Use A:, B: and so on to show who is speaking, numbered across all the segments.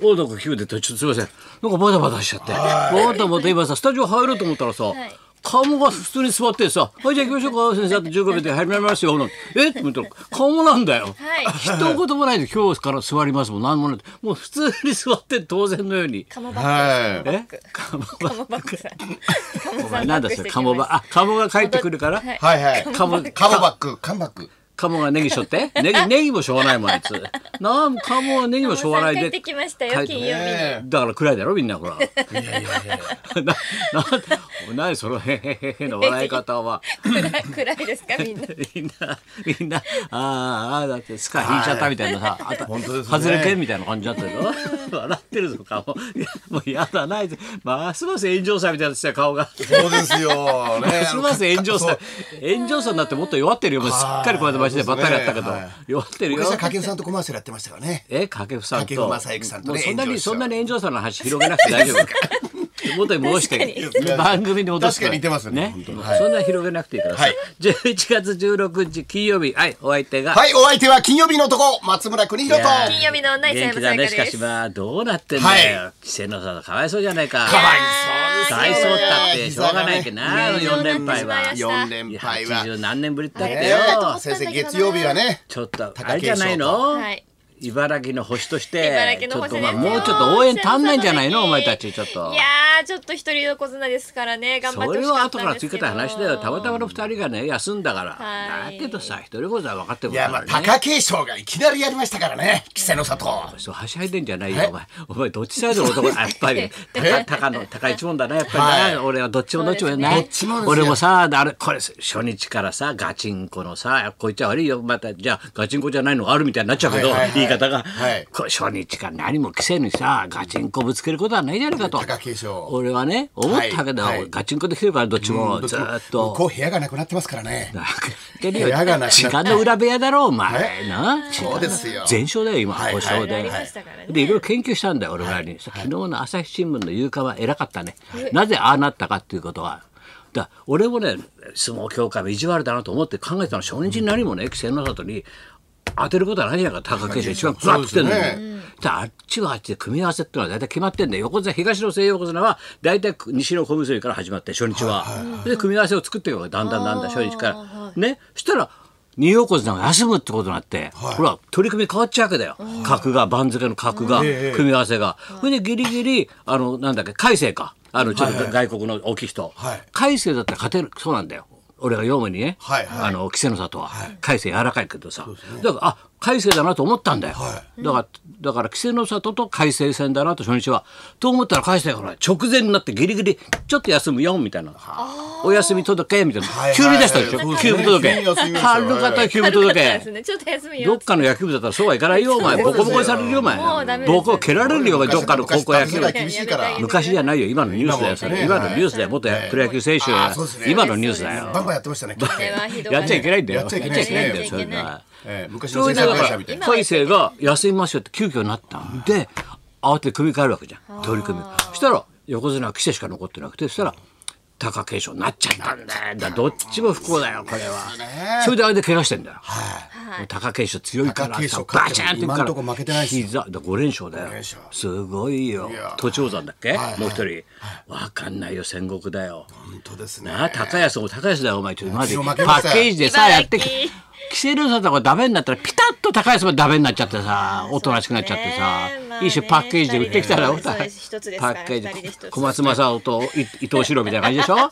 A: おなんか急でちょっとすいませんなんかバタバタしちゃってバタバタ今さスタジオ入ろうと思ったらさ、
B: い
A: 顔が普通に座ってさ「はいじゃあ行きましょうか先生あと15秒で始めますよ」なんてえっ?」って思ったら顔なんだよ、
B: はい
A: 一言もないで「今日から座ります」も何もないもう普通に座って当然のように
B: カモバ
C: は
B: ッ
C: い
B: ク
A: え
B: です。
A: カモ
B: カモバックさん。カモ
A: お
B: さ
A: 前
B: ん
A: なんだそれカモバあカモが帰ってくるから
B: はい
C: はいはい。
A: カモ
C: カモバック、カモバック。
A: カモがネギしょってネギネギもしょうがないもんあいつなんカモはネギもしょうがない
B: カモ
A: で
B: さん帰ってきましたよ
A: 帰って
B: 金曜日に
C: ね
A: だから暗いだろみんなほら。いやいやいや。な、な、 なにそのへへへへの笑い方 は。
B: 暗い暗いですか みんな。
A: みんな、みんな、ああ、ああ、だってスカ引いちゃったみたいなさ、あた
C: 本当ですね
A: 外れけみたいな感じだったよ。 笑ってるぞ、顔。いやもうやだない。ますます炎上さみたいなした顔が。
C: そうですよ。ね。
A: ますます炎上
C: そ
A: さ
C: う。
A: 炎上さになってもっと弱ってるよ。お前すっかりこうやって街でばったりやったけど
C: そうですねは。
A: 弱ってるよ。
C: 昔は掛布さんとコマーシャルやってましたからね。
A: え掛布さんと
C: 掛布正行さんと
A: も
C: ね
A: うそんな
C: 炎
A: に
C: 上しちゃ
A: そ
C: うん
A: なに炎上さんの話広げなくて大丈夫元に戻して番組に戻して
C: 確かに似てますね本当にはい
A: そんな広げなくていいからさ、
C: はい
A: 11月16日金曜日はいお相手が、
C: はい、お相手は金曜日の男、松村邦
A: い
C: 弘と。
A: や
B: 金曜日の女磯
A: 元気
B: 山さ
A: だ
B: や
A: ね
B: かで
A: しかし
B: す。
A: まあどうなってんだよ
C: は
A: 稀勢の里かわいそうじゃないか
C: かわ
A: か
C: いそう
A: わい
C: で
A: そ
C: す
A: う
C: よ
A: だってしょうがないけどな
B: 膝
A: 4
B: がね
A: 連敗は
B: 膝がね
C: 四連敗は。
A: 80何年ぶりだって
C: ね
A: よ
B: や
C: 先生、月曜日はね。
A: ちょっとあれじゃないの、
B: はい
A: 茨城の星とし
B: 茨
A: て
B: 城
A: ち
B: の
A: ょっ
B: 星
A: と
B: です
A: まあ
B: よ
A: もうちょっと応援足んないんじゃないの
B: お
A: お前
B: 疲れ
A: た
B: 様
A: ちちょっと
B: いやーちょっと一人横綱ですからね頑
A: そ
B: 張ってほ
A: れ
B: しか
A: は
B: っ
A: 後
B: た
A: か
B: ん
A: ら
B: で
A: つい
B: すけ
A: て
B: ど。
A: た話だよたまたまの二人がね休んだからだ
B: はい
A: けどさ一人ごとは分かってる
C: い
A: から
C: や、
A: ね
C: まあ、貴景勝がいきなりやりましたからね。稀勢の里。
A: そうはしゃいでんじゃないよお前お前どっちサイドの男だやっぱり高高の高一門だなやっぱりな俺はどっちもどっちもな
C: そうですねどっちもですよ
A: 俺もさあれこれ初日からさガチンコのさこいつは悪いよまたじゃあガチンコじゃないのがあるみたいになっちゃうけど
C: はいはいはい
A: 言い方が
C: はい
A: これ初日から何も着せにさガチンコぶつけることはないじゃないかと
C: 貴景勝
A: 俺はね思ったけど
C: はいはい
A: ガチンコできてるからどっちもずーっと
C: 向こう部屋がなくなってますからね。
A: なくなってるよ
C: 部屋がなくなって
A: 時間の裏部屋だろお前
C: え
A: な
C: そうですよ
A: 全勝だよ今
C: はい
A: 保証で、
B: はいはいありましたからね
A: でいろいろ研究したんだよ俺らに、昨日の朝日新聞の夕刊は偉かったね、なぜああなったかっていうことはだ俺もね相撲協会も意地悪だなと思って考えてたの初日に何もね稀勢の里に当てることはないじゃないか貴景勝一番グワッと来てるのに
C: そうですね
A: あっちはあっちで組み合わせってのは大体決まってんだよ横綱東の西横綱は大体西の小結から始まって初日は、で組み合わせを作っていくわけだんだんだんだん初日から、ねそしたら二横綱が休むってことになって、ほら取り組み変わっちゃうわけだよ角が番付の角が
C: ええ
A: 組み合わせが、それでギリギリあのなんだっけ海星かあのちょっと外国の大きい人、
C: はい
A: 海星だったら勝てるそうなんだよ俺が読むにね、
C: はいはい
A: あの稀勢の里は海星柔らかいけどさ、だからあ海星だなと思ったんだよ、
C: は
A: だからだから稀勢の里と海星戦だなと初日はと思ったら海星がほら直前になってギリギリちょっと休むよみたいなお休み届けみたいな、
C: はいはい
A: 急に出したでしょ、
C: そうです
A: 急
C: ね
A: 務届
C: 急
A: け
C: に休みました
A: 春方急務
B: 軽か
A: 届
B: ったで
A: け
B: すねちょっと休み
A: ど
B: よ
A: っ。かの野球部だったらそうはいかないよお前ボコボコにされるよお
B: もうダ
A: 前
B: メです
A: ボコを蹴られるよお前どっかの高校野球
C: 昔昔昔は厳しいから。
A: 昔じゃないよ今のニュースだよそれ今
C: 今も
A: の
C: ね
A: ニュースだよ元プロ野球選手
C: あーそうですね
A: 今のニュースだよ
C: バンバンやってましたね。
B: あれはひどか
A: や
B: った
A: っちゃいけないんだよ
C: やっちゃいけないですね
A: やっちゃいけないんだよそれは
C: えー昔の
A: それ
C: 制
A: で
C: 作
A: だか
C: 会
A: ら
C: 社みたいな。
A: 海星が休みますよって急遽なったんで慌てて組み替えるわけじゃん取り組みそしたら横綱は棋聖しか残ってなくてそしたら貴景勝になっちゃったんだよだからどっちも不幸だよこれはそれであれで怪我してんだよ貴景勝強いから
C: 貴景
A: さ
C: 勝
A: バチャンっていく
C: 今んとこ負けて
A: から
C: ないっすよ
A: 膝5連勝だ
C: 五連
A: よ
C: 勝
A: すごいよ
C: や
A: 都庁山だっけ
C: はい
A: もう一人わかんないよ戦国だよ
C: 本当ですね。
A: なあ高安も高安だよお前ちょっとマジ
C: うちも
A: パ
C: 負けま
A: ッ
C: した
A: ケージでさやって
B: 茨城
A: 規制の里がダメになったらピタッと高安もダメになっちゃってさおとなしくなっちゃってさ
B: そうですねまあね
A: 一種パッケージで売ってきたら
B: そ
A: お
B: うです
A: 互い
B: 一つです
A: パ
B: から
A: ッケ
B: 二人で
A: ー
B: 一
A: ジ
B: つ
A: 小松政夫とい伊藤四郎みたいな感じでしょ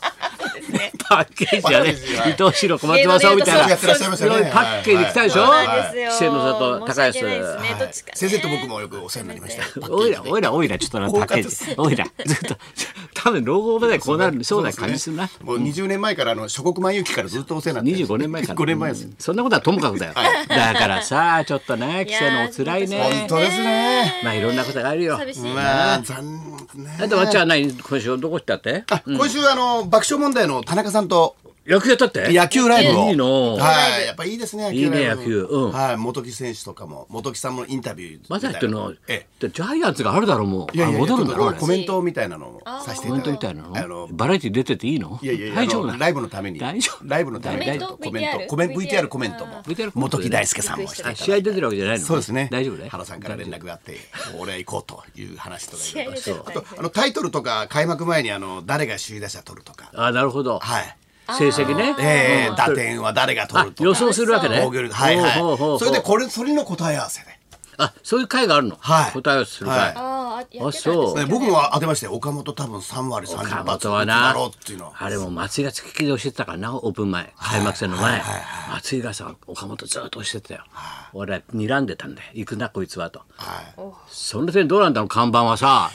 A: パッケージやね
C: そうですよ
A: 伊藤四郎小松政夫みたい
C: や
A: な
C: ってらっしゃいました
A: 強い
C: ね。
A: パッケージ来たでしょ
B: そう
C: はい
B: なんですよ。
A: 稀勢の里高安
B: 申し訳ないですねどっちかね
C: 先生と僕もよくお世話になりました。パッ
A: お
C: ケ
A: い
C: ー
A: ら
C: ジで
A: おいらおいらちょっとなパッケージおいらずっと多分老後までこうなるそうな感じするな。
C: もう20年前からあの諸国万有期からずっとお世話になって
A: 25年前から
C: 5年前です。
A: そんなことはともかくだよ、だからさちょっとね規制のおつらい
B: いやー
A: ね
C: 本当ですね。
A: まあいろんなことがあるよ
B: 寂しい。
C: まあ残念。
A: あとわっちゃんは何今週どこ行ったって
C: あ今週あの爆笑問題の田中さんと
A: 野球やったって
C: 野球ライブを
A: いいの
C: はいやっぱいいですね
A: いいね
C: ライブ
A: 野球うん
C: はい元木選手とかも元木さんもインタビュー
A: まだやってんの
C: みたいなえ
A: でジャイアンツがあるだろうもう
C: えいやいや
A: あ戻るんだろう
C: ちょっとコメントみたいなのをさせてい
A: コメント
C: ただ
A: み
C: いて
A: たいな
C: あ
A: の
C: の
A: バラエティ出てていいの
C: いやいやいや
A: 大丈夫な
C: あ
A: の
C: のライブのために
A: 大丈夫
C: ライブのため
A: コメ
C: に
A: ント
C: コメント
B: VTR
C: コメント VTR コメント
A: 見てる
C: 元木大輔さんもしていただいて
A: 試合出てるわけじゃないの
C: そうですね
A: 大丈夫ね
C: 原さんから連絡があって俺は行こうという話とか
B: 試合出てる
C: あとあのタイトルとか開幕前にあの誰が首位打者取るとか
A: あなるほど
C: はい
A: 成績ね
C: ええ打点は誰が取るとか
A: あ予想するわけね
C: 防御率はいはい
A: ほうほうほうほう
C: それでこれそれの答え合わせで
A: あそういう会があるの
C: はい
A: 答えをする会
C: は
B: あーあ、やってたんです
A: あそう
B: ね
C: ね、僕も当てましたよ岡本多分3割
A: 岡
C: 30発
A: 本
C: 打
A: は
C: つだ
A: な
C: ろうっていうのは
A: あれも松井が突きで押してたからなオープン前開幕戦の前松井がさ岡本ずっと押してたよ俺睨んでたんだよ行くなこいつはと
C: はい
A: その点どうなんだろう看板はさ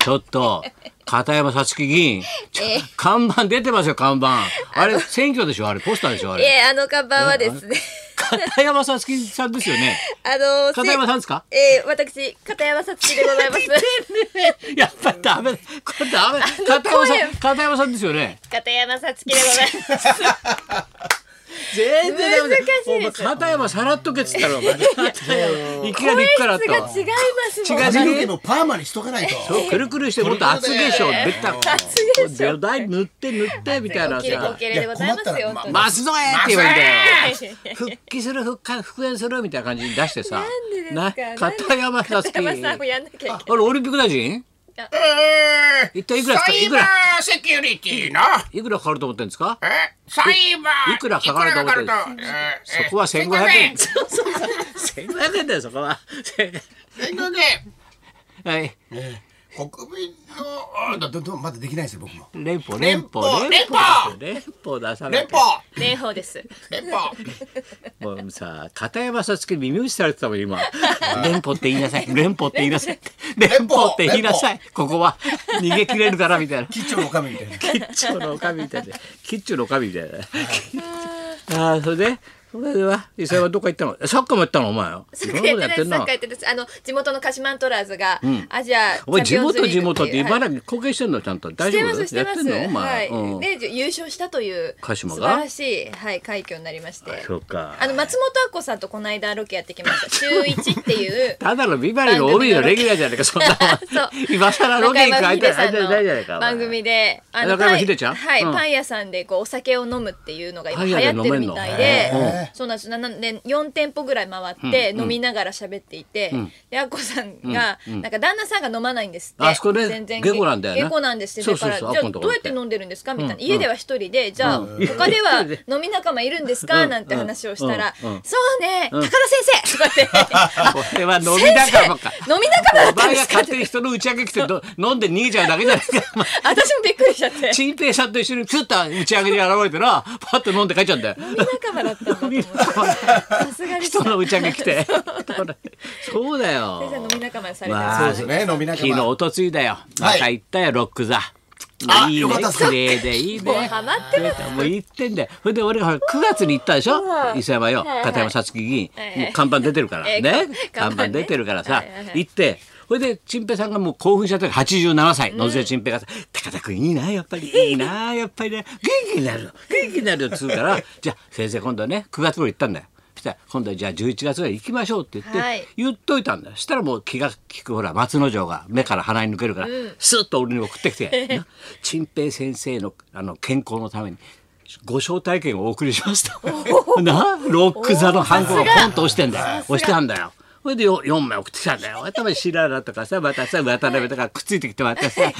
A: ちょっと片山さつき議員ちょ看板出てますよ看板あれ選挙でしょあれポスターでしょあ
B: い
A: れ
B: え、あの看板はですね、
A: 片山さつきさんですよね
B: あの、せ
A: 片山さんですか
B: えー、私、片山さつきでございます。
A: やっぱりダメだこれダメだ片山さん片山さんですよね
B: 片山さつきでございます。
A: 全然ダメだ
B: 難しいですよ
A: お前片山さらっとけっつったろお前 片山いきなり行くからと
B: が違いますもん。
A: 違う
C: 髪の毛もパーマにしとかないと
A: くるくるしてもっと厚化粧出 た
B: 厚いですよ
A: 土台塗って塗ってみたいな
B: おきれお
A: さ
B: きれでございます
C: いや
B: よ。
C: 困ったら
B: 本
A: マスドエって言われて
B: 当に
A: 復帰する復活復縁するみたいな感じに出してさ
B: なんでですか
A: な片山さつき
B: 片山さんもやんなきゃいけない。
A: あれオリンピック大臣
D: えー
A: 一体いくらですか
D: サイ
A: いく
D: バ
A: ら
D: ーセキュリティの
A: いくらかかると思ってんですか
D: えサイバー
A: いくらかかると思ってる
D: いくらかかるとえー
A: そこは
D: えー
A: 1500円1500円だよそこは
D: 1500円
A: はい
D: 国民の
C: あどどどまだできないですよ僕も
A: 連邦連邦
D: 連邦
A: 連邦出さな
D: 連
A: きゃ
D: 邦
B: 蓮舫です。
D: 連邦
A: もうさ片山さつき耳打ちされてたもん今 連邦って言いなさい連邦って言いなさい連邦って言いなさいここは逃げ切れるからみたいな
C: キッチョンの女将みたい
A: キ
C: な
A: ッチョの女将みたいなキッチョの女将みたいなあーそれでそれでは伊沢はどっか行ったのサッカーもやったのお前よ
B: サッ
A: いろ
B: カ
A: んなことやっ
B: ーやっ
A: てて
B: ない
A: んな
B: サッカーやってです。あの地元の鹿島アントラーズがアジアチ
A: お前地
B: ャンピオンズ
A: 元
B: リー
A: 地
B: グ
A: 元って
B: いう
A: 茨城公言してんのちゃんと
B: は
A: 大
B: い
A: 丈
B: してま
A: 夫
B: すして
A: やっ
B: ま
A: て
B: す。
A: んのお
B: は
A: 前うん
B: い。で優勝したという
A: 鹿島が
B: 素晴らしいはい快挙になりまして。
A: そうか
B: あの松本明子さんとこの間ロケやってきました。週一っていう。
A: ただのビバリーの OB のレギュラーじゃないかそんな
B: そう
A: もん今更ロケ行く相手相手じゃないじゃないかお前
B: 番組であ
A: 中山
B: パン
A: 秀ちゃん
B: はい、
A: うん
B: パン屋さんでこうお酒を飲むっていうのが今
A: パン
B: 流
A: 屋で飲
B: 行って
A: め
B: る
A: んの
B: みたいで
C: へ
B: そうなんですななんで4店舗ぐらい回って飲みながら喋っていて、であっこさんが、なんか旦那さんが飲まないんですって
A: あそこね
B: 全然
A: 下戸なんだよね
B: 下戸なんですって
A: そう
B: だ
A: そう
B: か
A: そう
B: らじゃ
A: あっこ
B: あ
A: んと
B: ど
A: こ
B: うやって飲んでるんですかみたいな、家では一人でじゃあ、他では飲み仲間いるんですかなんて話をしたら、
A: うんうんうん
B: そうね、高田先生と かって
A: これは飲み仲間か
B: 先生飲み仲間だ
A: お
B: ったん
A: 前
B: で
A: が
B: すかっ
A: 勝
B: て
A: 手に人の打ち上げ来てど飲んで逃げちゃうだけじゃないですかお前
B: 私もびっくりしちゃって。
A: チンペイさんと一緒にツッと打ち上げに現れてなパッと飲んで帰っちゃうんだよ
B: 飲み仲間だったんだと思って。さすがでした。
A: 人の打ち上げ来てそうだよ
B: 先生飲み仲間にされ
A: まあ
B: た。
C: そうですね飲みな
A: 昨日
C: が
A: おとついだよま
C: はい
A: た行ったよロック座
C: あ
A: いい
C: よ
A: ね
C: かったっす
A: 綺麗でいい
B: もう
A: ね
B: ハマってます。
A: もう行ってんだよそれで俺がほら9月に行ったでしょ
B: うん
A: 伊勢山よ
B: はいはい
A: 片山さつき議員
B: はいはい
A: もう看板出てるから
B: ええ
A: ね
B: 看
A: 看
B: 板
A: 板
B: ね
A: 出てるからさ
B: はいはいはい
A: 行ってそれでチンペイさんがもう興奮しちゃったから87歳野添チンペイがさ「高田君いいなやっぱりいいなやっぱりね元気になるよ元気になるよ」っつうからじゃあ先生今度はね9月頃行ったんだよ。そしたら今度はじゃあ11月ぐらい行きましょうって言って、
B: はい
A: 言っといたんだよしたらもう気が利くほら松之丞が目から鼻に抜けるから、スッと俺に送ってきて な「陳平先生のあの健康のためにご招待券をお送りしました」 なロック座のハンコがポンと押してんだよ押してたんだよ。それでよ4枚送ってきたんだよ。頭白良とかさ、またさ、渡辺とかくっついてきてまた さ、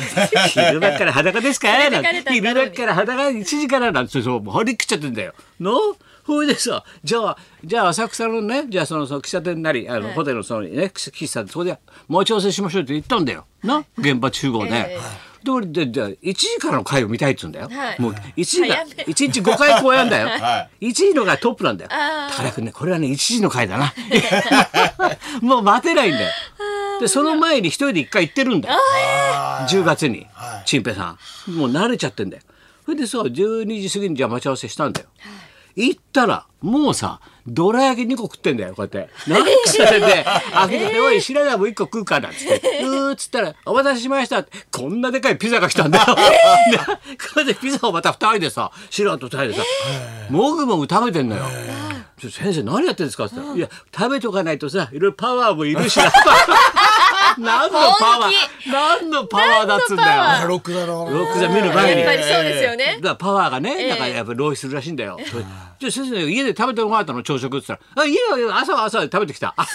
A: 昼間っから裸ですかなんて昼間っから裸1時からなんて、そう、もう張り切っちゃってんだよ。のほいでさ、じゃあ、じゃあ浅草のね、じゃあそのその喫茶店なり、あの、ホテルのそのね、喫茶店、そこで待ち合わせしましょうって言ったんだよ。な、現場集合で。
B: ええ
A: で俺でじゃあ1時からの回を見たいっつうんだよ、
B: はい
A: もう1時が
B: 早め
A: 1日5回こうやんだ よ、
C: は
A: 1時のがトップなんだよ
B: あ
A: 高田君ねこれはね1時の回 だな もう待てないんだよでその前に一人で一回行ってるんだよ10月に陳平さんもう慣れちゃってんだよそれでさ12時過ぎにじゃあ待ち合わせしたんだよ、行ったらもうさどら焼き2個食ってんだよこ うやって。なんかそれで「開けておい白菜も1個食うか」なんつって「うー」っつったら「お待たせしました」ってこんなでかいピザが来たんだよ。でこ れでピザをまた2人でさ白菜と2人でさもぐもぐ食べてんのよ。ちょ先生何やってるんですか?」って言ったら「いや食べとかないとさいろいろパワーもいるし な」何のパワ
B: 本
A: ー何のパワーだっつうんだよ。
C: あロックだろ
A: ロック座見る前に。
B: やっぱりそうですよ
A: だ
B: ね
A: か。らパワーがね、
B: え
A: だからやっぱり浪費するらしいんだよ。それじゃあ先生家で食べてもらったの朝食って言ったら「あ家は家は朝は朝で食べてきた」あ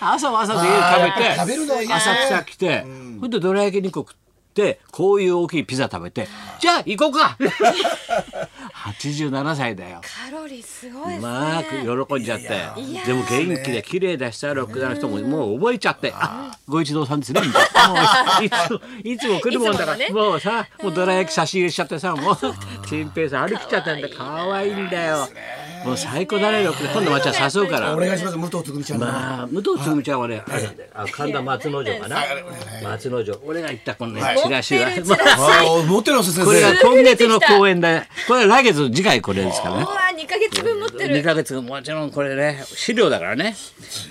A: 朝は朝で家で
C: あー
A: 食べ
C: 食べ
A: て
C: るのはいいね
A: 浅草来てほんでどら焼き2個食ってこういう大きいピザ食べて「じゃあ行こうか! 」87歳だよ。
B: カロリーすごいですね。
A: まあ喜んじゃって
B: いや
A: でも元気で綺麗だしさロックダウンの人ももう覚えちゃってあご一同さんですねみたいなもういつも いつも来るもんだか
B: いつも
A: ら
B: のね
A: もうさもうどら焼き差し入れしちゃってさもう陳平さん歩きちゃったんで可愛いんだよもう最高だねロックダウン今度まちゃん誘うか
C: お
A: ら。
C: 願いします武藤つぐみちゃんの
A: まあ、武藤つぐみちゃんはね、あれなんだよあ神田松之丞かな。松之丞、俺が言ったこのね、チラシは。
B: 持ってる
A: まあ
C: ああ持ってるんです先
A: これが
C: 生
A: 今月の公演だよ。これは来月、次回これですからね
B: う。わ二ヶ月分持って
A: 二
B: る。
A: ヶ月もちろんこれね資料だからね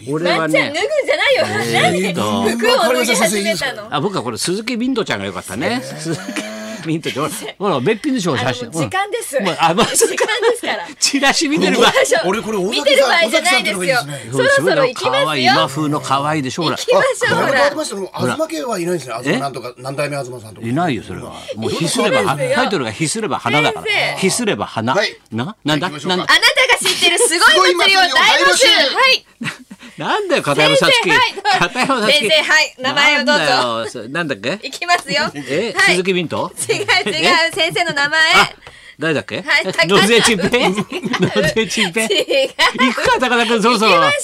A: 俺
B: ま
A: は
B: っちゃん脱ぐん
A: ね
B: じゃないよ。
A: えー
B: 何
A: と
B: 服を脱ぎ始めたの。
A: あ僕はこれ鈴木ミントちゃんが良かったね鈴木ミントちゃんほ らほらべっぴんでしょ
B: あの
A: 写真
B: 時間です。
A: うんあまあ
B: 時間ですから。
A: チラシ見てるわ
B: 最初
C: 俺これ尾崎さ
B: 見
C: ん
B: てる場合じゃないですよ
C: 尾崎さんっ て。
B: そろそろ行き
A: 可
B: ます
A: 愛い
B: よ。
A: 今
B: 行
A: 風の可愛いでしょほら
B: きましょうほ
C: 誰
B: ら
C: かあり。ましたよ東家はいないんですね東なんとか何代目東さんとか
A: いないよそれはもう「ひすれば
B: そうですよ
A: タイトルが「ひすれば花」だから
B: 先
A: 「
B: 生
A: ひすれば花
D: はい」
A: ななんだ
D: 行きましょうか
A: なんだ
B: あなたが知ってるすごい祭りを大募集。
D: すごい祭りを大募集
B: はい。
A: なんだよ片山
B: 先生
A: さつき
B: はい
A: 片山さつき
B: 先生はい名前をどうぞ
A: うぞなんだっけ
B: 行きますよ。
A: え
B: はい
A: 鈴木ミント
B: 違う違う先生の名前。
A: あ 誰だっけ
B: はい高田
A: 野瀬ちんぺい野瀬ちんぺい
B: 違う。
A: 行くか高田君そろそろ
B: 行きまし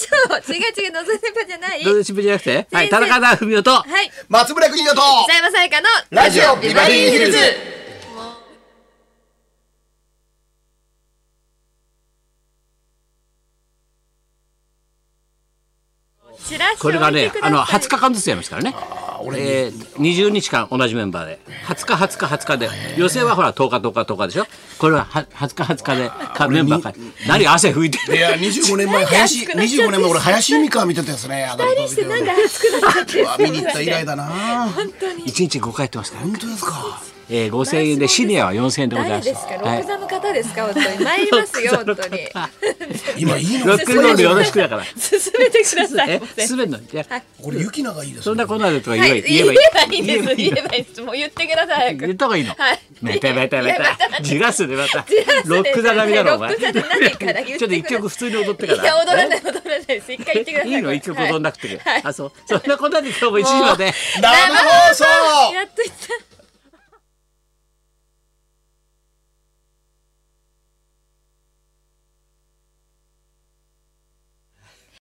B: ょう。違う違う、のぞ先輩じゃない。
A: 野
B: は
A: 瀬ちんぺいじゃなくてはい
B: 先
A: 田
B: 生
A: 中田文夫と
B: い。
D: 松村邦乃と
B: 北山彩香の
D: ラジオビバリーヒルズ
B: チラシ
A: これがねあの20日
B: 日
A: 間ずつやりますからねえー、20日間同じメンバーで20日20日20日で予選はほら10日10日10日でしょこれはは20日20日でかメンバーか何汗拭いて
C: いや25年前林25年前俺林由美香見てたやつね二人して
B: なんで暑くなっちゃってる
C: 見に行った以来だな本
A: 1日5回やってますから、
C: 当ですか
A: えー、5000円でシニアは4000円でござい
B: 誰
A: ます
B: ですかロ
A: は
B: ッ
A: い
B: ク座の方ですか本当に参りますよ本当に
C: 今いいの
A: ロックンロールよろしくだから
B: 進めてください
A: え滑るのじゃあ
C: これ雪菜がいいです
A: そんなこんなでとか言
B: は
A: えばい
B: い
A: い
B: 言え
A: 言えばいい
B: ばいいです言えばいいですもう言ってください
A: 言った方がいいの。
B: はい
A: ベタベタベ
B: いやベ
A: タ。じらすねまた。
B: らすね
A: ロック座並みだろお前。
B: ロック座じゃないから言ってください
A: ちょっと一曲普通に踊ってから。
B: いや踊らない踊らないです一回言ってください
A: いいの一曲踊んなくて。
B: はい
A: あそう。そんなことで今日も一時まで。
C: 生放送
B: やっと言った